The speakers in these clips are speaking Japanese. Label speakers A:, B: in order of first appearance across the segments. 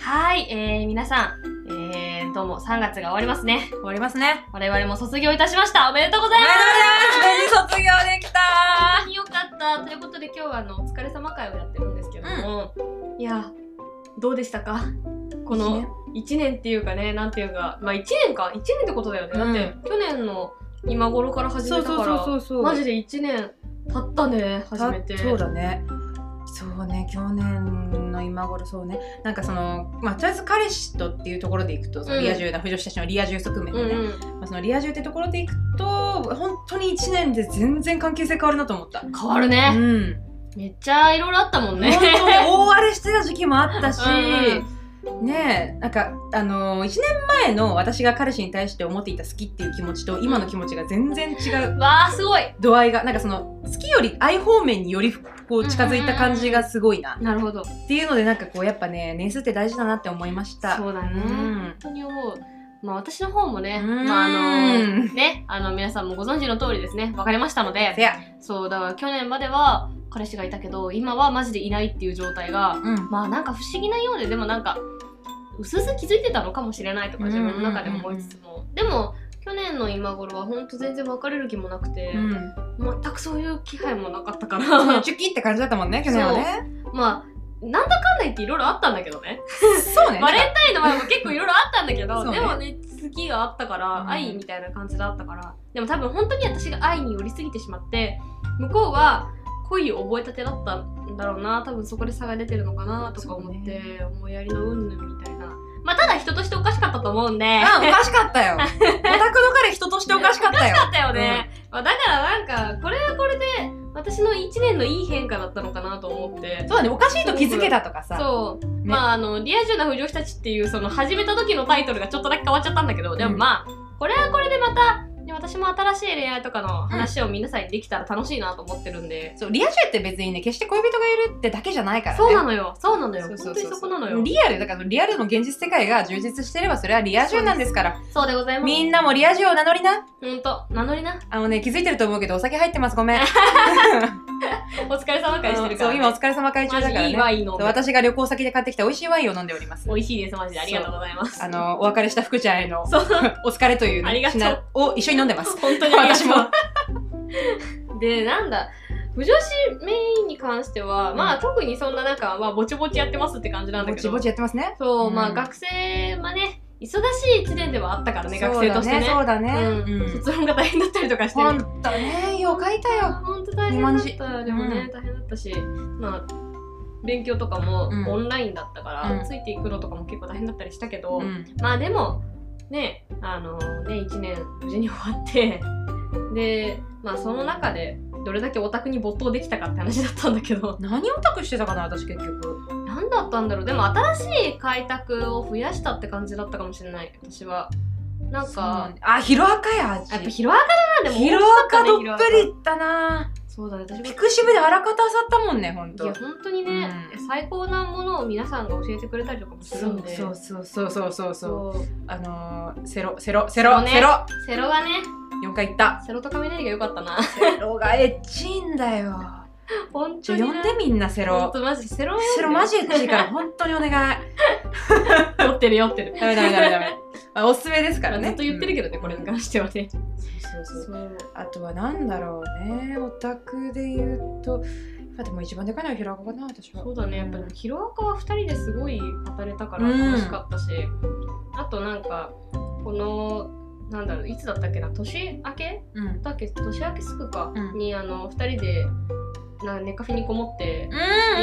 A: はい、えー、皆さん、えー、どうも3月が終わりますね。
B: 終わりますね。
A: 我々も卒業いたしました。おめでとうござい
B: あ
A: ます。
B: りがとうございます。無事卒業できた
A: 本当によかった。ということで今日はあのお疲れ様会をやってるんですけども、いやどうでしたかこの1年っていうかねなんていうかまあ1年か1年ってことだよね、
B: うん
A: だって去年の今頃から始めたから
B: うそ
A: マジで1年経ったね初めて
B: たそうだねそうね去年の今頃そうねなんかそのまあとりあえず彼氏とっていうところでいくと、その
A: うん
B: リア充な浮上したちのリア充側面
A: う
B: で
A: ん
B: ね、
A: うん
B: まあ、そのリア充ってところでいくと本当に1年で全然関係性変わるなと思った
A: 変わる
B: う
A: ね、
B: ん
A: めっちゃいろいろあったもん
B: 本
A: ね
B: 当に大荒れしてた時期もあったし
A: う
B: ねえなんかあの1年前の私が彼氏に対して思っていた好きっていう気持ちと今の気持ちが全然違 う
A: わあすごい
B: 度合いがなんかその好きより愛方面によりこう近づいた感じがすごいな、
A: なるほど
B: っていうのでなんかこうやっぱね年数って大事だなって思いました
A: そうだね、
B: うん
A: 本当に思うまあ私の方もね、
B: うん
A: まああのね、あの皆さんもご存知の通りですね、別れましたので
B: せ、や
A: そう、だから去年までは彼氏がいたけど、今はマジでいないっていう状態が、
B: うん
A: まあなんか不思議なようで、でもなんか、薄々気づいてたのかもしれないとか
B: うん
A: 自分の中でも思いつつも、でも去年の今頃はほんと全然別れる気もなくて、
B: うん、
A: 全くそういう気配もなかったか
B: そうね
A: ら、
B: チュキって感じだったもんね去年はね
A: まあ、なんだかんだ言っていろいろあったんだけどね。
B: そうね
A: バレンタインの前も結構いろいろあったんだけど、
B: そうね
A: でもね好きがあったから、
B: うん
A: 愛みたいな感じだったからでも多分本当に私が愛に寄りすぎてしまって向こうは恋を覚えたてだったんだろうな多分そこで差が出てるのかなとか思って、
B: そう
A: 思いやりの云々みたいなまあただ人としておかしかったと思うんで
B: あおかしかった よオタクの彼人としておかしかったよ
A: だったよね、まあ、だからなんかこれはこれで私の1年のいい変化だったのかなと思って
B: そうだねおかしいと気づけたとかさ
A: そう、
B: ね
A: まああの「リア充な浮上したち」っていうその始めた時のタイトルがちょっとだけ変わっちゃったんだけどでもまあ、これはこれでまたね私も新しい恋愛とかの話を皆さんにできたら楽しいなと思ってるんで、
B: そうリア充って別にね決して恋人がいるってだけじゃないからね
A: そうなのよそうなのよ
B: そうそ
A: 本
B: う
A: 当
B: そう
A: に
B: そう
A: そこなのよ
B: リアルだからリアルの現実世界が充実してればそれはリア充なんですから
A: そうでございます
B: みんなもリア充を名乗りな
A: ほんと名乗りな
B: あのね気づいてると思うけどお酒入ってますごめん
A: お疲れ様会してるから、
B: そう今お疲れ様会中だから
A: マジい
B: ね
A: いワイン飲ん
B: そう
A: で
B: 私が旅行先で買ってきた美味しいワインを飲んでおり ます
A: 美味しいですマジでありがとうございます
B: あのお別れした福ちゃんへの
A: そう
B: お疲れという
A: あり
B: ね
A: がとう
B: 品を一緒に飲んでます
A: 本当 にありがと
B: 私
A: う
B: も
A: でなんだ不女子メインに関しては、まあ特にそんななんか、まあ、ぼちぼちやってますって感じなんだ
B: ぼ
A: け
B: ち
A: ど
B: ぼちやってますね
A: そう、
B: うん
A: まあ学生はね忙しい一年ではあったからね学生としてね
B: そうだねそうだ
A: う
B: ね
A: ん
B: うん
A: 卒論が大変だったりとかして
B: ほんとねよう書いたよ
A: 本当大変だったでもね、大変だったしまあ勉強とかも
B: うん
A: オンラインだったから、
B: うん
A: ついていくのとかも結構大変だったりしたけど、
B: うん
A: まあでもねあのね1年無事に終わってでまあその中でどれだけオタクに没頭できたかって話だったんだけど
B: 何オタクしてたかな私結局
A: 何だったんだろうでも新しい開拓を増やしたって感じだったかもしれない私はなん
B: そうな
A: か
B: んだあヒロアカや味
A: やっぱヒロアカだなでも
B: ヒロアカどっ
A: 大きかたね
B: ぷ
A: ヒロアカ
B: りいったな
A: そうだね私も
B: ピクシブであらかたあさったもんねほん
A: いや
B: と
A: 本当にね、
B: うん
A: 最高なものを皆さんが教えてくれたりとかもするんで
B: そうそうそうそうそうそう
A: そう
B: あのー、セロセロセ
A: そう
B: ロ
A: ね
B: セロ
A: セロがね
B: 4回言った
A: セロと雷が良かった な
B: セロがエッチいんだよ
A: 本
B: ち
A: 当
B: ょ
A: に
B: 呼んでみんなセ
A: セロ
B: ロ
A: マジセロ
B: セロマジエッチい から本当にお願いダ
A: 酔ってる酔ってる
B: メダメダメダメあおすすめですからね
A: ずっと言ってるけどね、これに関してはね
B: そうそうそう
A: う
B: あとはなんだろうねオタクで言うとまあでも一番でかいのはヒロアカかな私は
A: そうだね、やっぱりヒロアカは2人ですごい語れたから
B: うん
A: 楽しかったし、あとなんかこのなんだろういつだったっけな年明け
B: うんうん
A: だっけ年明けすぐか、
B: うん
A: にあの2人でなんかネカフェにこもって映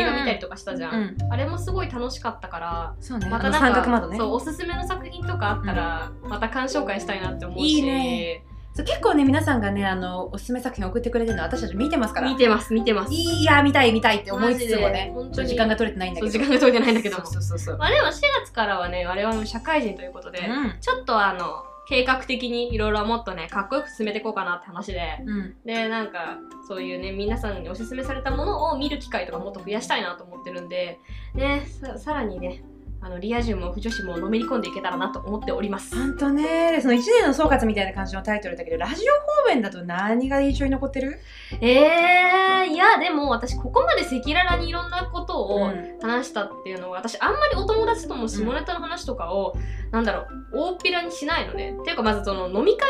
A: 画見たりとかしたじゃん、
B: うん
A: あれもすごい楽しかったから
B: そうね
A: ま
B: ま
A: た
B: た
A: なんか
B: 三角窓ね
A: そうおすすめの作品とかあったら、また鑑賞会したいなって思うし
B: いいねそう結構ね皆さんがねあのおすすめ作品送ってくれてるの私たち見てますから
A: 見てます見てます
B: いや見たい見たいって思いつつも
A: マジで
B: ね
A: 本当に
B: 時間が取れてないんだけど
A: そう時間が取れてないんだけども
B: そうそうそうそう
A: まあでも4月からはね我々も社会人ということで、
B: うん
A: ちょっとあの、計画的にいろいろもっとね、かっこよく進めていこうかなって話で、
B: うん
A: で、なんか、そういうね、皆さんにおすすめされたものを見る機会とかもっと増やしたいなと思ってるんで、ね、ささらにね、ああのリア充も不女子ものめり込んでいけたらなと思っております。
B: ほんとねその1年の総括みたいな感じのタイトルだけどラジオ方面だと何が印象に残ってる、
A: えー、いやでも私ここまで赤裸々にいろんなことを
B: ん
A: 話したっていうのは私あんまりお友達とも下ネタの話とかを、なんだろう大っぴらにしないのね。っていうかまずその飲み会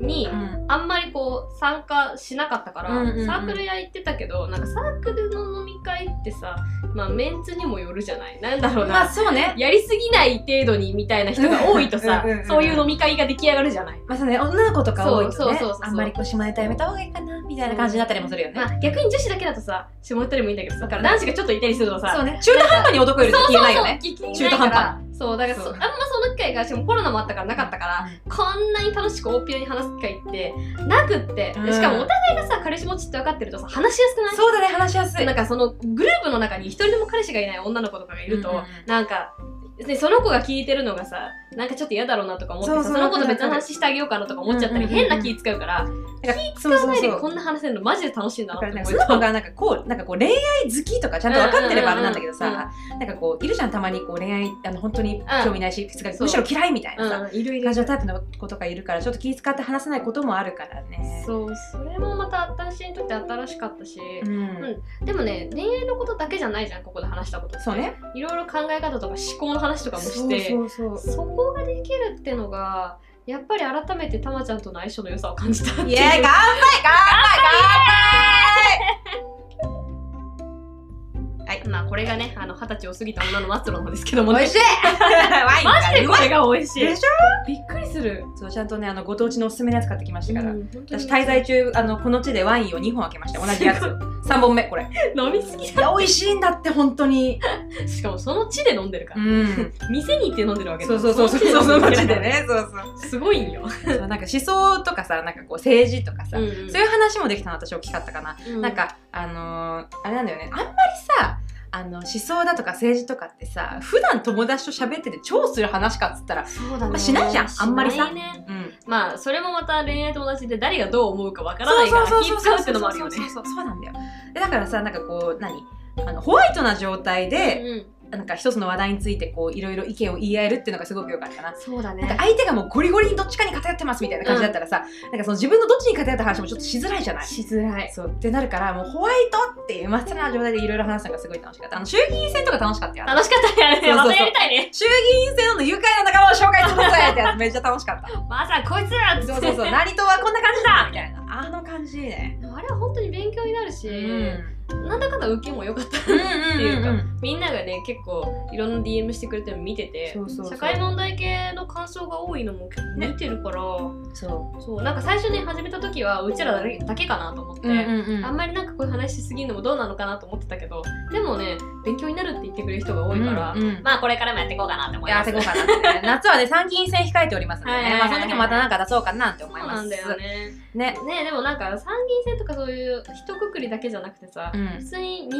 A: にあんまりこう参加しなかったから、
B: うんうんうん
A: サークルや行ってたけどなんかサークルの飲み会ってさ、まあ、メンツにもよるじゃないなんだろうな、
B: まあそうね
A: やりすぎない程度にみたいな人が多いとさ
B: うんうんうんうん
A: そういう飲み会が出来上がるじゃない。
B: まあそうね女の子とか多い
A: そうそ
B: と
A: う
B: ね
A: そうそう
B: あんまりこう島ネタやめた方がいいかなみたいな感じになったりもするよね、
A: まあ、逆に女子だけだとさ下ネタでもいいんだけどさだから男子がちょっといたりするとさ
B: そうね中途半端に男いるって言えないよね
A: そうそう聞き
B: 中
A: な
B: 途
A: いか
B: 半
A: ら
B: 端
A: そうだからそ
B: そう
A: あんまその機会がしかもコロナもあったからなかったから、こんなに楽しく大っぴらに話す機会ってなくって、でしかもお互いがさ彼氏持ちって分かってるとさ話しやすくない
B: そうだね話しやすい
A: なんかそのグループの中に一人でも彼氏がいない女の子とかがいると、
B: うんうんうん
A: なんかでその子が聞いてるのがさなんかちょっと嫌だろうなとか思ってさそ
B: そ
A: う
B: そう
A: の子と別の話してあげようかなとか思っちゃったり、
B: うんうんうんうん
A: 変な気使うから
B: 気
A: 使わないでこんな話せるのマジで楽しいんだ
B: だ
A: な
B: か
A: っ
B: ら
A: て
B: な
A: 思
B: んか
A: う
B: その子がなんかこうなんかこう恋愛好きとかちゃんと分かってればあれなんだけど
A: うんうんうん
B: さなんかこういるじゃんたまにこう恋愛あの本当に興味ないし、つか
A: そう
B: むしろ嫌いみたいなさ、
A: うん、いるいる
B: 感じのタイプの子とかいるからちょっと気遣って話せないこともあるからね。
A: そうそれもまた私にとって新しかったし、
B: うん
A: でもね恋愛のことだけじゃないじゃんここで話したことって
B: そうね。
A: いろいろ考え方とか思考の話とかもして
B: そうそうそ
A: そこができるってのがやっぱり改めてたまちゃんとの相性の良さを感じたって
B: う。
A: いう
B: いや頑張れ頑
A: はい、まあこれがね、あの二十歳を過ぎた女の末路なんですけども
B: 張れ。美
A: ね
B: 味。しい。 ワインが
A: マジで
B: う
A: こ
B: まい。
A: れが美味しい。
B: でし
A: びっくりする。
B: そうちゃんとねあのご当地のおすすめのやつ買ってきましたから。
A: うん本当に
B: 私滞在中あのこの地でワインを2本開けま した同じやつ3本目これい
A: 飲みすぎ
B: や美味しいんだって本当に
A: しかもその地で飲んでるから、
B: ん
A: 店に行って飲んでるわけだ
B: そうそうそうそうそ
A: そ
B: うそ
A: の
B: の
A: 地
B: 地
A: で
B: で
A: 飲んでる
B: ね そうそう
A: からすごいんよ、
B: そうなんか思想とかさなんかこう政治とかさ、
A: ん
B: そういう話もできたの私大きかったかな、
A: うん
B: なんかあのーあれなんだよねあんまりさあの思想だとか政治とかってさ普段友達と喋ってて超する話かっつったら
A: そうだ
B: ま
A: ね
B: あしないじゃんあんまりさ
A: しないね
B: うん
A: まあそれもまた恋愛と同じで誰がどう思うかわからないから気使うってのもあるよね
B: そうそうそうそうなんだよでだからさなんかこう何あのホワイトな状態で、
A: うん
B: なんか一つの話題についてこういろいろ意見を言い合えるっていうのがすごく良かったな
A: そうだ
B: なんか
A: ね
B: 相手がもうゴリゴリにどっちかに偏ってますみたいな感じだったらさ、なんかその自分のどっちに偏った話もちょっとしづらいじゃない
A: しづらい
B: そうってなるからもうホワイトっていう真っ白な状態でいろいろ話すのがすごい楽しかったあの衆議院選とか楽しかったよ
A: 楽しかったよね
B: そうそうそう
A: またやりたいね
B: 衆議院選の愉快な仲間を紹介するぜってやつめっちゃ楽しかった
A: まさこいつらっつって
B: そうそうそう成東はこんな感じだみたいなあの感じね
A: あれは本当に勉強になるし、なんだかんだ受けも良かった
B: うんうん
A: いうか
B: うんうん
A: みんながね結構いろんな DM してくれてるの見てて
B: そうそうそう
A: 社会問題系の感想が多いのも結構
B: ね
A: 見てるから、
B: そ
A: そうなんか最初ね始めた時はうちらだけだけかなと思って、
B: ううんうんうん
A: あんまりなんかこういう話しすぎるのもどうなのかなと思ってたけどでもね勉強になるって言ってくれる人が多いから、
B: うんうん
A: まあこれからもやっていこうかなって思い
B: や
A: ま
B: って
A: す
B: いこうかなってね夏はね参議院選控えておりますので
A: はいは
B: ね
A: い
B: ま
A: はい
B: あその時またなんか出そうかなって思い
A: そう
B: ます
A: なんだよね
B: ね
A: ねでもなんか参議院選とかそういう一括りだけじゃなくてさ、
B: うん
A: 普通に日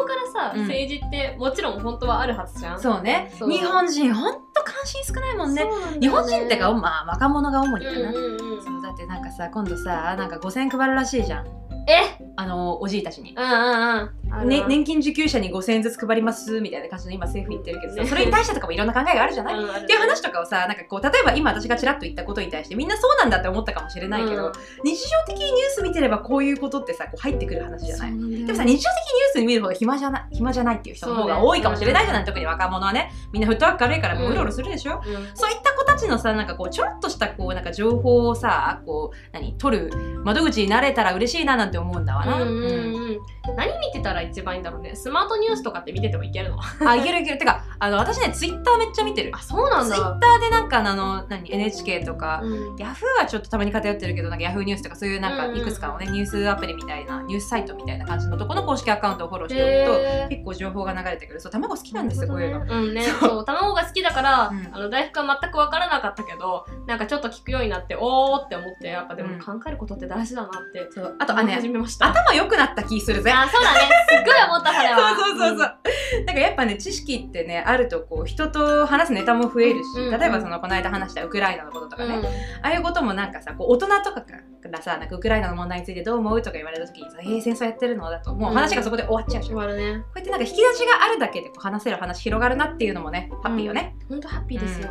A: 常からさ、
B: うん
A: 政治ってもちろん本当はあるはずじゃん
B: そうね
A: そう
B: 日本人ほんと関心少ないもんね
A: そうなんだよね
B: 日本人ってか、まあ、若者が主
A: う
B: に
A: ん
B: かな、
A: うんうん
B: そうだってなんかさ今度さなんか5,000円配るらしいじゃん
A: え
B: あのおじいたちに、
A: うんうんうんある
B: ね
A: わ、
B: 年金受給者に5,000円ずつ配りますみたいな感じの今政府言ってるけどさ、
A: ね
B: それに対してとかもいろんな考えがあるじゃない、
A: うんある
B: っていう話とかをさなんかこう例えば今私がちらっと言ったことに対してみんなそうなんだって思ったかもしれないけど、
A: うん
B: 日常的にニュース見てればこういうことってさこう入ってくる話じゃないで
A: で
B: もさ日常的にニュース見る方が暇じゃない暇じゃないっていう人の方が多いかもしれないじゃない、特に若者はねみんなフットワーク軽いからもううろうろするでしょ、
A: うん
B: そういった子たちのさなんかこうちょろっとしたこうなんか情報をさこう何取る窓口になれたら嬉しいななんて思うんだわな、
A: うんうんうん何見てたら一番いいんだろうねスマートニュースとかって見ててもいけ るの
B: あいけるいけるてかあの私ねツイッターめっちゃ見てる
A: あそうなん
B: ツイッ
A: だ
B: ターでなんかあの何 NHK とか、
A: うん
B: ヤフーはちょっとたまに偏ってるけどなんかヤフーニュースとかそういうなん
A: うんう
B: か
A: ん
B: いくつかのね、ニュースアプリみたいなニュースサイトみたいな感じのとこの公式アカウントをフォローしておくと
A: へー
B: 結構情報が流れてくるそう卵好きなんですよ、こういうの。
A: うんね、
B: そう
A: そう卵が好きだから、
B: うん
A: あの大福は全く分からなかったけどなんかちょっと聞くようになっておーって思ってやっぱで
B: う
A: も
B: ん
A: 考えることって大事だなって
B: そうあとあね
A: 始めました
B: 頭良くなった気すするぜ。
A: あ、そうだね。すっごい思った、それ
B: そう
A: は。
B: そうそうそう。だからやっぱね知識ってねあるとこう人と話すネタも増えるし、
A: うんうん
B: 例えばそのこの間話したウクライナのこととか
A: うん。
B: ね、
A: うん
B: ああいうこともなんかさこう大人とかからさなんかウクライナの問題についてどう思うとか言われた時にさ「えー、戦争やってるの?」だともう話がそこで終わっちゃうじ
A: 終
B: ゃん、こ
A: わるね。
B: うやってなんか引き出しがあるだけでこう話せる話広がるなっていうのもねハッピーよね、
A: ほんとハッピーですよ。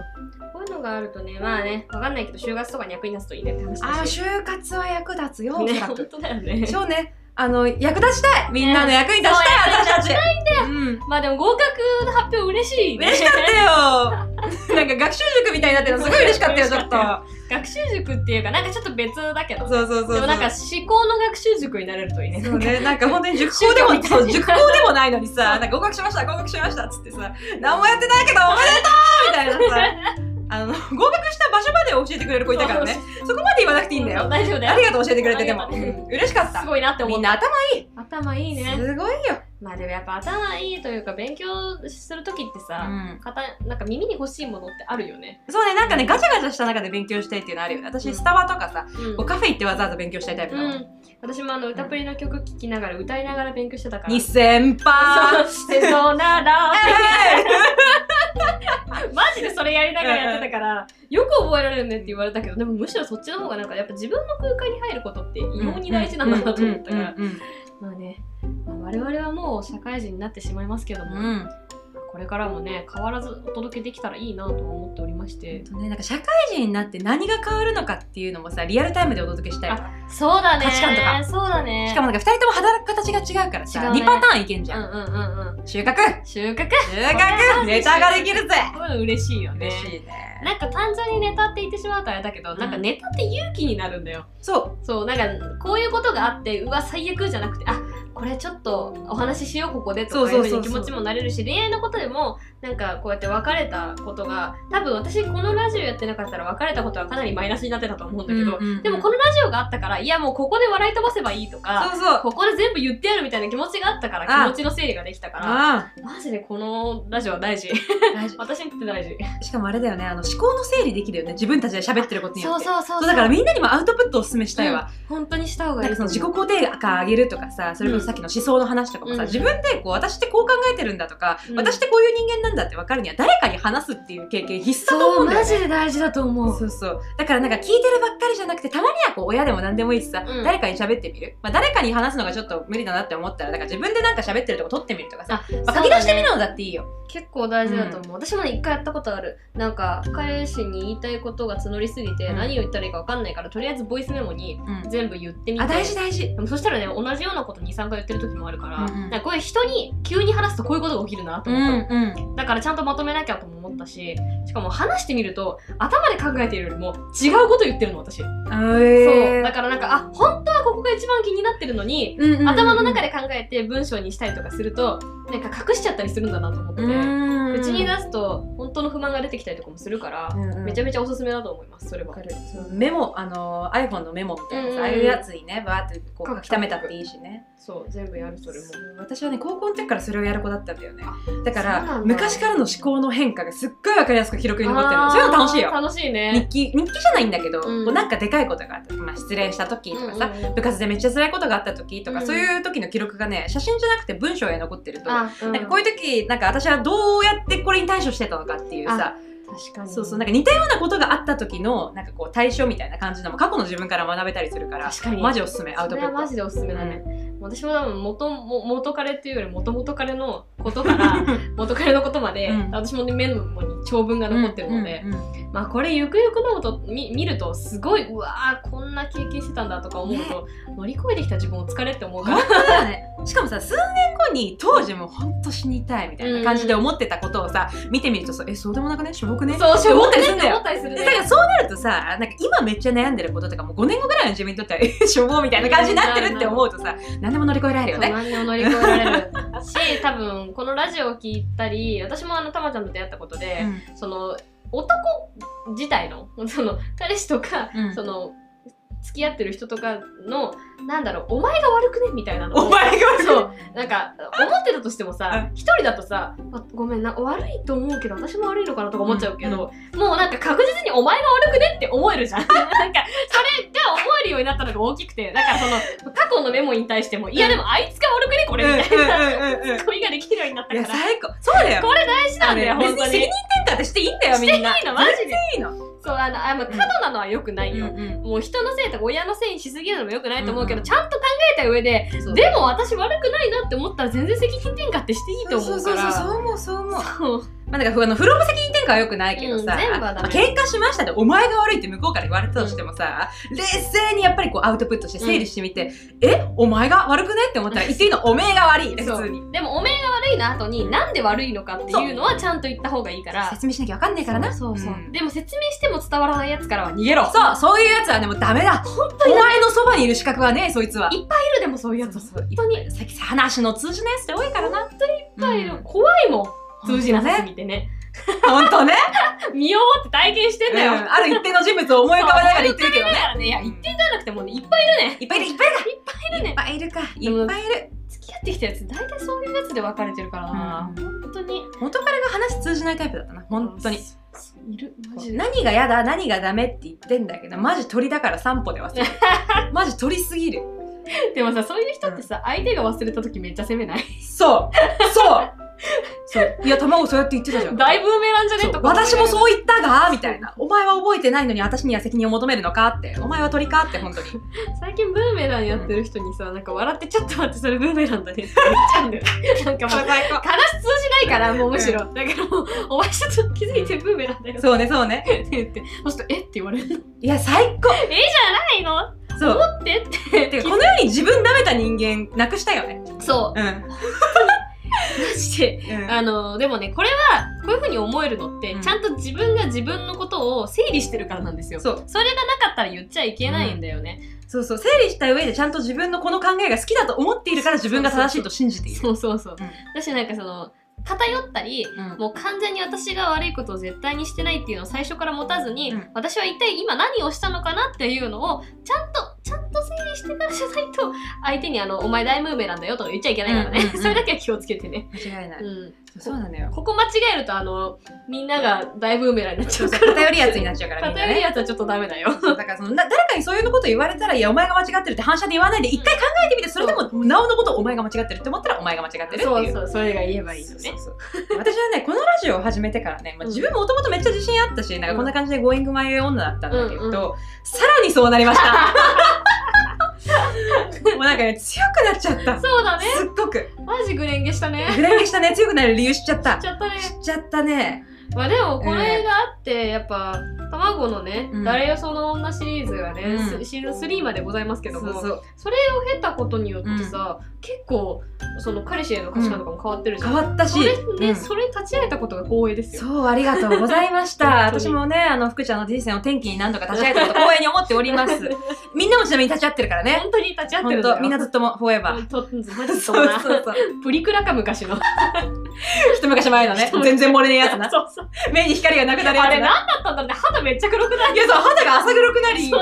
A: こういうのがあるとね、まあね、わかんないけど、就活とかに役に立つといいねって話
B: ああ
A: だし。
B: 就活は役立つよ、
A: ね、
B: おそら
A: 本
B: く
A: 当だよね。
B: そうねあの役立ちたいみんなの役に立ちたい、私たちうん
A: まあでも合格発表嬉しいね。
B: 嬉しかったよなんか学習塾みたいになってるのすごい嬉しかったよちょっと
A: 学習塾っていうか、なんかちょっと別だけど。
B: そうそうそうそう
A: でもなんか思考の学習塾になれるといいね。
B: そうね、なんか本当に塾講で
A: 宗教み
B: も、
A: たいな
B: そう、塾講でもないのにさ、なんか合格しました、合格しましたっつってさ、何もやってないけどおめでとうみたいなさ、あの、合格した場所まで教えてくれる子いたからね、そこまで言わなくていいんだ
A: そう
B: よ。
A: 大丈夫だ
B: あ
A: よ。
B: りがとう教えてくれて、でも、
A: あ
B: う
A: りがとうん
B: 嬉しかっ
A: す
B: た。
A: ごいなって思
B: み
A: っ
B: ん
A: た。
B: な頭
A: 頭いい
B: いい
A: ね。
B: すごいよ。
A: まあでもやっぱ頭いいというか、勉強するときって
B: う
A: さ、
B: ん
A: かたなんか耳に欲しいものってあるよね。
B: そうね、なんかね、ガチャガチャした中で勉強したいっていうのあるよね。
A: うん
B: 私、スタバとかさ、
A: うん
B: こうカフェ行ってわざわざ勉強したいタイプだも。
A: うんん、私もあの歌プリの曲聴きながら歌いながら勉強してたから。
B: に先輩
A: そうしてそうなら
B: えい
A: マジでそれやりながらやってたからよく覚えられるねって言われたけどでもむしろそっちの方がなんかやっぱ自分の空間に入ることって異様に大事なんだなと思ったから
B: うんうん
A: まあね、まあ我々はもう社会人になってしまいますけど
B: うん
A: も、
B: うんうんうん
A: これからもね変わらずお届けできたらいいなとは思っておりまして
B: ね、なんか社会人になって何が変わるのかっていうのもさリアルタイムでお届けしたいよね
A: そうだ
B: ね
A: 価値観とかそうだね
B: しかもなんか2人とも働く形が違うからさ、
A: 違うね
B: 2パターンいけんじゃん、
A: うんうんうんうん
B: 収
A: 収
B: 穫
A: 穫
B: 収 穫ネタができるぜ
A: こういうの嬉しいよね
B: いね
A: なんか単純にネタって言ってしまうとあれだけど、なんかネタって勇気になるんだよ
B: そう
A: そうなんかこういうことがあってうわ最悪じゃなくてあこれちょっとお話ししようここでとかい
B: そううそう
A: ふう
B: そ
A: に
B: う
A: 気
B: そう
A: 持ちもなれるし恋愛のことでもなんかこうやって別れたことが多分私このラジオやってなかったら別れたことはかなりマイナスになってたと思うんだけど、
B: うんうんうん
A: でもこのラジオがあったからいやもうここで笑い飛ばせばいいとか
B: そうそう
A: ここで全部言ってやるみたいな気持ちがあったから
B: あ
A: 気持ちの整理ができたから
B: あ
A: マジでこのラジオは大事
B: あ大事
A: 私にとって大事
B: しかもあれだよねあの思考の整理できるよね自分たちで喋ってることによって
A: そうそう
B: そうだからみんなにもアウトプットをおすすめしたいわ、
A: 本当にした方がい
B: ないんかその自己
A: と思う
B: 肯定感上げるとかさそれこそさっきの思想の話とかもさ、
A: うん
B: 自分でこう私ってこう考えてるんだとか、
A: うん
B: 私ってこういう人間なんだって分かるには誰かに話すっていう経験必須だと思
A: そううん
B: だよ
A: マ
B: ね
A: ジで大事だと思う
B: そうそうだからなんか聞いてるばっかりじゃなくてたまにはこう親でも何でもいいしさ、
A: うん
B: 誰かに喋ってみる、まあ、誰かに話すのがちょっと無理だなって思ったらだから自分でなんか喋ってるとこ撮ってみるとかさ、
A: あ
B: まあ、書き出してみるのだっていいよ、
A: 結構大事だと思う、私もね一回やったことあるなんか彼氏に言いたいことが募りすぎて、
B: うん
A: 何を言ったらいいか分かんないからとりあえずボイスメモに全部言ってみて
B: あ大事大事
A: でもそしたらね同じようなこと23回言ってる時もあるから、
B: うんう
A: な
B: ん
A: んかこういう人に急に話すとこういうことが起きるなと
B: うん
A: 思ったの、
B: うん
A: だからちゃんとまとめなきゃとも思ったししかも話してみると頭で考えているよりも違うこと言ってるの私、
B: あえ
A: そうだ
B: か
A: からなんかあ本当はここが一番気になってるのに、頭の中で考えて文章にしたりとかするとなんか隠しちゃったりするんだなと思って、口に出すと本当の不満が出てきたりとかもするから、めちゃめちゃおすすめだと思いますそれは
B: わかるそのメモあの iPhone のメモみたいな
A: う
B: さ、
A: んうん
B: ああいうやつにねバーってこ
A: 書
B: う
A: く
B: 書き溜めたっていいしね
A: そう全部やるそれも
B: そう私はね高校の時からそれをやる子だったんだよねだ
A: そ
B: か
A: うな
B: ら
A: んだ
B: 昔からの思考の変化がすっごいわかりやすく記録に残ってるのそういうの楽しいよ
A: あー楽しい
B: 日
A: ね
B: 記日記じゃないんだけど、
A: うん
B: こうなんかでかいことがあった、まあ、失恋した時とかさ、
A: うんうんうん
B: 部活でめっちゃ辛いことがあった時とか、
A: うん
B: そういう時の記録がね写真じゃなくて文章へ残ってると、
A: あ、うん
B: なんかこういう時なんか私はどうやってこれに対処してたのかっていうさ
A: 確かに
B: そうそうなんか似たようなことがあった時のなんかこう対処みたいな感じのも過去の自分から学べたりするから
A: 確かに
B: マジおすすめアウ
A: そ
B: ト
A: れ
B: プッ
A: は
B: ト
A: マジでおすすめだね、私も多分元も元彼っていうより元々彼のことから 元彼のことまで、
B: うん
A: 私もねメモに長文が残ってるので、
B: うんうんうん
A: まあこれゆくゆくのこと見見るとすごいうわーこんな経験してたんだとか思うと、乗り越えてきた自分を疲れって思うから
B: 本当だよねしかもさ数年後に当時もうほんと死にたいみたいな感じで思ってたことをさ見てみるとさえそうでもなくねしょぼくね
A: そう、しょぼ
B: 思
A: っ
B: ったた
A: り
B: り
A: す
B: す
A: るんだよ。
B: るんだよ
A: 思ったりする
B: でだか
A: ね。
B: らそうなるとさなんか今めっちゃ悩んでることとかもう5年後ぐらいの自分にとっては えしょぼーみたいな感じになってるって思うとさ何でも乗り越えられるよね。
A: 何を乗り越えられるし多分このラジオを聞いたり私もあのたまちゃんと出会ったこと
B: う
A: で、
B: ん
A: その男 自体のその彼氏とか、
B: うん
A: その付き合ってる人とかのなんだろうお前が悪くねみたいなの
B: お前が悪い
A: そうなんか思ってたとしてもさ
B: う
A: 一人だとさあごめんな悪いと思うけど私も悪いのかなとか思っちゃうけど、もうなんか確実にお前が悪くねって思えるじゃん なんかそれが思えるようになったのが大きくてだからその過去のメモに対してもいやでもあいつが悪くねこれみたいな
B: うんうんうんうん
A: ツッコミができるようになった
B: い
A: か
B: や
A: ら
B: 最高そうだよ
A: これ大事なんだよ
B: あれ
A: 本
B: 別
A: 当
B: に
A: に
B: 責任転嫁ってしていいんだよみんな
A: していいのマジで
B: 全然いいの
A: そうあのあまあ過度なのは良くないよ、
B: うん
A: もう人のせいとか親のせいにしすぎるのも良くないと思うけど、
B: うん
A: ちゃんと考えた上で
B: うんそう
A: でも私悪くないなって思ったら全然責任転嫁ってしていいと思うから
B: そうそうそうそう思うそう思う
A: そう
B: まあなんかあのフロム責任転嫁はよくないけどさ、
A: うん全部はダメ
B: まあ喧嘩しましたでお前が悪いって向こうから言われたとしてもさ、冷静にやっぱりこうアウトプットして整理してみて、えお前が悪くねって思ったら言っていいのおめえが悪いって
A: そう
B: 普通に
A: でもおめえが悪いの後になんで悪いのかっていうのはちゃんと言った方がいいから
B: 説明しなきゃわかんないからな
A: そうそう、
B: ん
A: でも説明しても伝わらないやつからは逃げろホ
B: そうそういうやつはねもうダメだ
A: 当に
B: お前のそばにいる資格はねえそいつは
A: っテルでもそういうやつは
B: そうそう
A: 本当に
B: さっき話の通じないやつって多いからな本当にいっ
A: いっぱいいる怖いもん通じなさす
B: ね
A: ぎてね
B: 本当ね、
A: 身をもって体験してんだよ、
B: うんある一定の人物を思い浮かべながら言ってるけど
A: だ
B: ね
A: からねいや言っていただなくてもねいっぱいいるね
B: いっぱいいるいっぱいいる
A: いっぱいいるね
B: いっぱいいるか
A: でも
B: いっぱいいる
A: 付き合ってきたやつ大体そういうやつで別れてるからな、
B: うん
A: 本当に
B: 元彼が話通じないタイプだったな本当に
A: いるマジで
B: 何がやだ何がダメって言ってんだけどマジ鳥だから散歩で忘れる マジ鳥すぎる
A: でもさそういう人ってさ、相手が忘れた時めっちゃ責めない
B: そうそうそういや卵そうやって言ってたじゃん
A: だいぶメランじゃね
B: そ
A: と
B: う
A: か
B: 私も
A: う
B: そう言ったがみたいなお前は覚えてないのに私には責任を求めるのかってお前は鳥かって本当に
A: 最近ブーメランやってる人にさなんか笑ってちょっと待ってそれブーメランだねって言っちゃうんだよ なんかもう
B: 最高
A: 話通じないからもうむしろ、だからもうお前ちょっと気づいてブーメランだよ
B: そうねそうね
A: って言ってそうするとえって言われるの
B: いや最高
A: えじゃない
B: そ
A: の
B: う
A: 思ってって
B: てかこの世に自分舐めた人間なくしたよね
A: そ
B: うん、
A: うマジで
B: うん
A: あのでもねこれはこういうふうに思えるのって、
B: うん
A: ちゃんと自分が自分のことを整理してるからなんですよ
B: そう
A: それがなかったら言っちゃいけないんだよね、
B: そうそう整理した上でちゃんと自分のこの考えが好きだと思っているから自分が正しいと信じている
A: そうそうそう、
B: うん
A: 私なんかその偏ったり
B: うん
A: もう完全に私が悪いことを絶対にしてないっていうのを最初から持たずに、
B: うん
A: 私は一体今何をしたのかなっていうのをちゃんとちゃんと整理してからじゃないと相手にあの「お前大ムーメランだよ」とか言っちゃいけないからね、
B: うんうんうん
A: それだけは気をつけてね、
B: 間違いな
A: う
B: い、
A: ん、
B: そうなのよ
A: ここ間違えるとあのみんなが大ムーメランになっちゃうから
B: 偏りやつになっちゃうからみんな
A: 偏る
B: ね
A: やつはちょっとダメだよ
B: そうだからそのな誰かにそういうこと言われたらいやお前が間違ってるって反射で言わないで一回考えてみてそれでもなおのことお前が間違ってるって思ったらお前が間違ってるっていう
A: そうそうそれが言えばいいのね
B: そうそうそう私はねこのラジオを始めてからね、ま
A: う
B: あ、
A: ん
B: 自分もともとめっちゃ自信あったしなんかこんな感じで「ゴーイングマイウェイ女」だったんだけど、
A: うんうん
B: さらにそうなりました もうなんかね強くなっちゃった
A: そうだね
B: すっごく
A: マジグレンゲしたね
B: グレンゲしたね強くなる理由知っちゃった
A: しちゃったね
B: 知っちゃったね
A: まあでもこれがあってやっぱ卵のね、
B: うん
A: 誰よその女シリーズがね、
B: うん
A: シーズン3までございますけども
B: そうそう
A: それを経たことによってさ、結構その彼氏への価値観とかも変わってるじゃん、
B: 変わったし
A: それね、
B: うん
A: それに立ち会えたことが光栄ですよ
B: そう、ありがとうございまし た。
A: 本当に
B: 私もね、あの、福ちゃんの人生の転機に何度か立ち会えたこと光栄に思ってお ります。みんなもちなみに立ち会ってるからね。
A: 本当に立ち会ってる
B: 本
A: んだよ
B: 当みんなずっとも、フォーエバー。
A: 本当マジ
B: そ
A: そ
B: うそうう
A: な
B: そう。
A: プリクラか昔の
B: 一昔前のね
A: 一、昔
B: 全然漏れねえやつな。
A: そうそう
B: 目に光がなくなるや
A: あ
B: つ
A: れ
B: な。
A: 何だったんだろうね肌めっちゃ黒くない
B: いや、そう、肌が浅黒くなり
A: そ、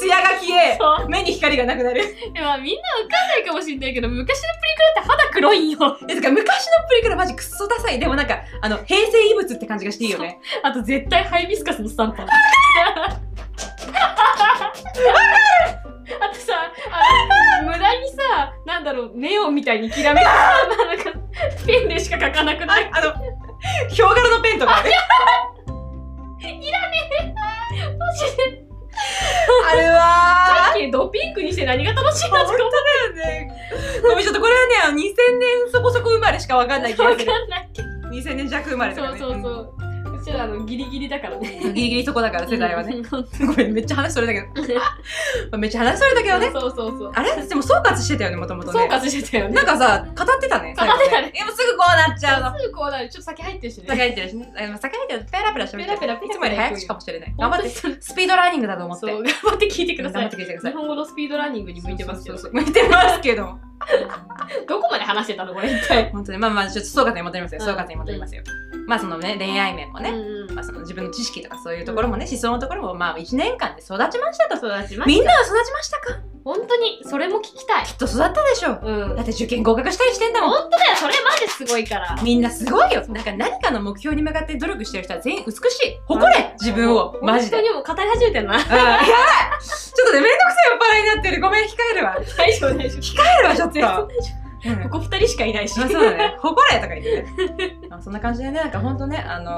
B: 艶が消え、
A: そう
B: 目に光がなくな る。
A: いやみんなわかんないかもしんないけど昔のプリクラって肌黒いんよ
B: え、てか、昔のプリクラマジクソダサい。でもなんか、あの、平成遺物って感じがしていいよね。
A: あと絶対ハイビスカスのスタンプあるあとさあの無駄にさなんだろうネオンみたいにきらめくさなんかペンでしか書かなく
B: あ
A: ない
B: あの、ヒョウ柄のペンとかね。
A: マジで
B: あるわー
A: さっきドピンクにして何が楽しいのとか思っ
B: ねごめんちょっとこれはねあの2000年そこそこ生まれしかわかんない気
A: てわ
B: がする
A: かんないけど
B: 2000年弱生まれ
A: そ
B: だから
A: う
B: ね
A: そうそううちらあのギリギリだからね
B: うんギリギリそこだから世代はね
A: そう
B: ごめんめっちゃ話それだけどめっちゃ話それだけどね
A: そうそう
B: あれでも総括してたよねもともとね
A: 総括してたよね
B: なんかさ語ってたね
A: 語ってたね
B: 最後でもすぐこうなっちゃうの
A: すぐこうなるちょっと先入ってるしね
B: 酒入ってるしねあでも酒入ってるとペラペラしゃべってる
A: ペラペラペラペラ
B: いつもより早口かもしれない頑
A: 本
B: 張っ
A: 当に
B: てスピードラーニングだと思って
A: そう頑張って聞いてくだ
B: 頑
A: さ
B: 張っ
A: い
B: て聞いてくださ
A: 日
B: い
A: 本語のスピードランニングに向いてますよ
B: そうそうそう向いてますけど
A: どこまで話してたのこれ一体
B: 本当にまあまあちょっと総括に戻りますよ
A: うん
B: 総括に戻りますよまあそのね恋愛面もね、
A: うんうん
B: まあ、その自分の知識とかそういうところもね、思想のところもまあ1年間で育ちましたと
A: 育ちま
B: み
A: し
B: んなは育ちましたか
A: 本当にそれも聞きたい
B: きっと育ったでしょう
A: うん
B: だって受験合格したりしてんだもん
A: 本当だよそれマジすごいから
B: みんなすごいよなんか何かの目標に向かって努力してる人は全員美しい誇れ自分をマジで
A: 本当にもう語り始めてるな
B: あーやばいちょっとねめんどくさい酔っ払いになってるごめん控えるわ
A: 大丈夫大丈夫
B: 控えるわちょっと、うん
A: ここ二人しかいないし
B: あそうだね誇れとか言ってねまあそんな感じでねなんかほんとねあの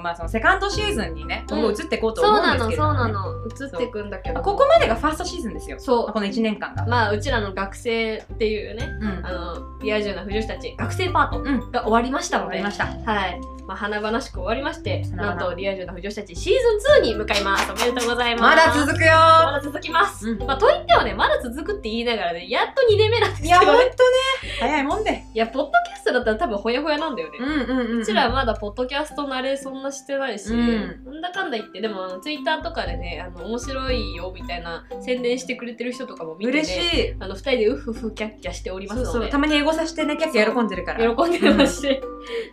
B: ーまあそのセカンドシーズンにね今後移っていこうと
A: そう
B: 思うん
A: な
B: です
A: の
B: け
A: そう
B: れどもね、
A: なの移ってくんだけ
B: ま
A: ど
B: あここまでがファーストシーズンですよ
A: そ
B: まあこの1年間が
A: うまあうちらの学生っていうね
B: うん
A: あのリア充な婦女子たち学生パート
B: うん
A: が終わりました
B: 終
A: の
B: わ
A: で、
B: りました
A: はい。まあ、華々しく終わりまして、
B: 華々
A: なんとリア充な婦女子たちシーズン2に向かいます。おめでとうございます。
B: まだ続くよ
A: まだ続きます。
B: うん
A: まあ、といってはね、まだ続くって言いながらね、やっと2年目なんです
B: い
A: け
B: や
A: ど
B: ほんと
A: ね。
B: ね早いもんで
A: いや、ポッドキャストだったら多分ほやほやなんだよね。
B: んうんうん、
A: うちらはまだポッドキャスト慣れそんなしてないし、
B: うん
A: なんだかんだ言ってでもあのツイッターとかでねあの面白いよみたいな宣伝してくれてる人とかも見て、ね、
B: 嬉しい
A: あの2人でウフフキャッキャしております
B: そ
A: ので
B: うそうたまに英語させてねキャッキャ喜んでるから
A: 喜んでまして、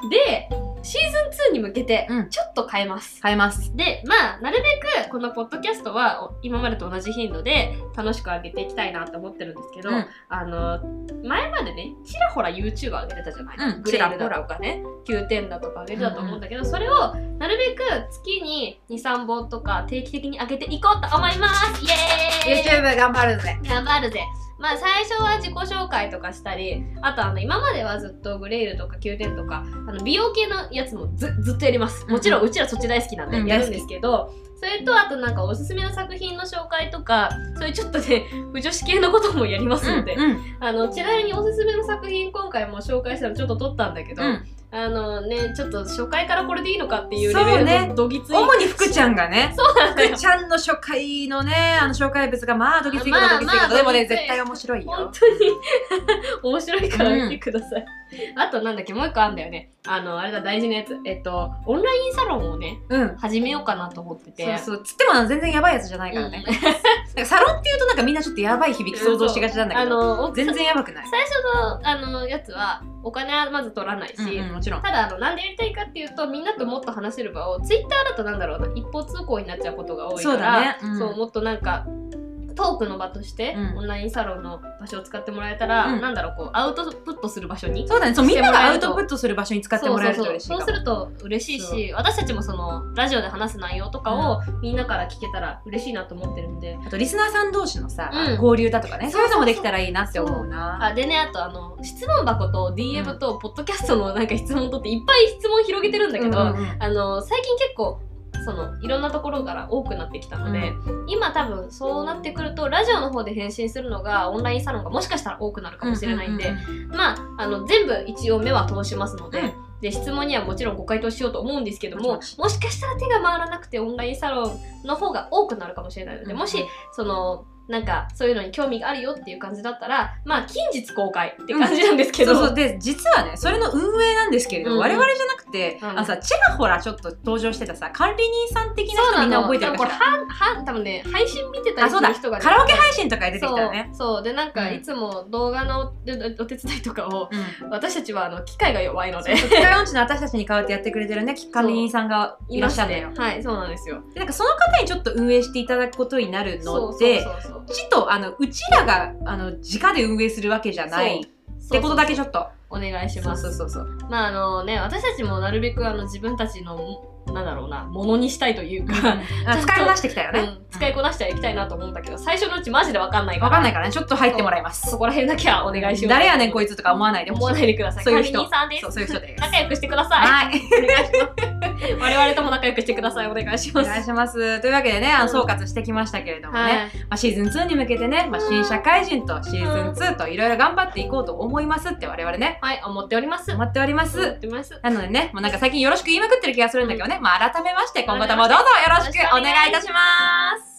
A: でシーズン2に向けて
B: うん
A: ちょっと変えます、
B: 変えます
A: でまあなるべくこのポッドキャストはお今までと同じ頻度で楽しく上げていきたいなと思ってるんですけど、
B: うん
A: あの前までねちらほら YouTube 上げてたじゃない、
B: うん
A: グレール
B: ちらほ
A: だとかね9点だとか上げてたと思うんだけど、それをなるべく月に23本とか定期的に上げていこうと思いますイエーイ
B: YouTube 頑張るぜ
A: 頑張るぜまあ最初は自己紹介とかしたりあとあの今まではずっとグレイルとか宮殿とかあの美容系のやつもずずっとやりますもちろんうちらそっち大好きなん
B: うん
A: でやるんですけど、それとあとなんかおすすめの作品の紹介とかそういうちょっとね不女子系のこともやりますので、
B: うん
A: あのちなみにおすすめの作品今回も紹介したのちょっと撮ったんだけど、
B: うん
A: あのねちょっと初回からこれでいいのかっていう
B: そう
A: レ
B: ね
A: ベルのどぎつい、
B: 主に福ちゃんがね
A: そうなんだよ
B: 福ちゃんの初回のねあの紹介物がまあどぎついことどぎつい
A: まあ
B: こと
A: まあ
B: でもね
A: どぎつい
B: 絶対面白い
A: 本
B: よ
A: 当に 面白いから見てください、あとなんだっけもう一個あんだよねあのあれだ大事なやつえっとオンラインサロンをね
B: うん
A: 始めようかなと思ってて
B: そうそうつっても全然やばいやつじゃないからね
A: うん
B: なんかサロンっていうとなんかみんなちょっとやばい響き想像しがちなんだ
A: あ
B: けど
A: の
B: 全然やばくない
A: 最初のあのやつはお金はまず取らないし、
B: うんうんもちろん
A: ただあのなんでやりたいかっていうとみんなともっと話せる場をツイッターだとなんだろうな一方通行になっちゃうことが多いから
B: そうだねうん
A: そうもっとなんかトークの場として、
B: うん
A: オンラインサロンの場所を使ってもらえたら、
B: うん
A: なんだろうこうアウトプットする場所に
B: そうだねそうみんながアウトプットする場所に使ってもらえると嬉しい
A: そう
B: か
A: そう
B: も
A: そうそうすると嬉しいし私たちもそのラジオで話す内容とかをみんなから聞けたら嬉しいなと思ってるんで、
B: あとリスナーさん同士のさ
A: うん
B: 交流だとかね
A: そ
B: そう
A: そそう
B: ういううのもできたらいいなって思うな
A: あでねあとあの質問箱と DM とポッドキャストのなんか質問とっていっぱい質問広げてるんだけど、
B: うんうんうん
A: あの最近結構そのいろんなところから多くなってきたので、今多分そうなってくるとラジオの方で返信するのがオンラインサロンがもしかしたら多くなるかもしれないんで、
B: ううう
A: まああの全部一応目は通しますので,、
B: うん
A: で質問にはもちろんご回答しようと思うんですけども
B: もち
A: もしかしたら手が回らなくてオンラインサロンの方が多くなるかもしれないので、
B: うん
A: もしそのなんかそういうのに興味があるよっていう感じだったらまあ近日公開って感じなんですけど、
B: そうそうで実はねそれの運営なんですけれども、
A: うんうん
B: 我々じゃなくて、
A: うん
B: あのさちらほらちょっと登場してたさ管理人さん的な
A: そう
B: 人
A: な
B: みんな
A: の
B: 覚えてる
A: こ
B: か
A: れ
B: し
A: はは多分ね配信見てた
B: ら
A: り
B: あそ
A: す
B: うだ
A: る人がね
B: カラオケ配信とかで出てきたよね
A: そうそうでなんか
B: うん
A: いつも動画のでお手伝いとかを
B: うん
A: 私たちはあの機械が弱いので
B: そう機械音痴の私たちに代わってやってくれてるね管理人さんがいらっしゃるのよ
A: いましてはいそうなんですよ
B: でなんかその方にちょっと運営していただくことになる
A: そ
B: の
A: うそう
B: で
A: そうそう
B: ちとあのうちらがあの直で運営するわけじゃない
A: そ
B: ってことだけちょっと
A: お願いします
B: そうそうそうそう
A: まああのね私たちもなるべくあの自分たちのなんだろうなものにしたいというか、
B: あ使いこなしてきたよ
A: う
B: ね
A: ん、使いこなしてはいきたいなと思うんだけど最初のうちマジでわかんないか
B: わ
A: ら
B: かんないからねちょっと入ってもらいます
A: そこら辺だけはお願いします
B: 誰やねんこ
A: い
B: いつとか思わないで
A: 思
B: ほ
A: わ
B: しい
A: ないでください
B: そういう人
A: 管理人さんです
B: そうそうい う人です
A: 仲良くしてください、
B: はい
A: お願いします我々とも仲良くしてくださいお願いし
B: お
A: ます
B: 願いします。というわけでね、あ
A: うん
B: の総括してきましたけれどもね、
A: はい
B: まあ、シーズン2に向けてね、まあ、
A: うん
B: 新社会人とシ
A: うん
B: ーズン2といろいろ頑張っていこうと思いますって我々ね、
A: はい、思っております。
B: 思っております。
A: 思ってます。
B: なのでね、もうなんか最近よろしく言いまくってる気がするんだけどね、まあ改めまして今後ともどうぞよろしくお願いいたします。